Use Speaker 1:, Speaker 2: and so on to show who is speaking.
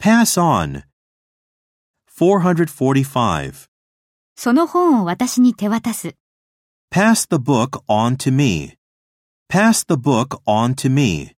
Speaker 1: Pass on. 445.
Speaker 2: その本を私に手渡す。
Speaker 1: Pass the book on to me. Pass the book on to me.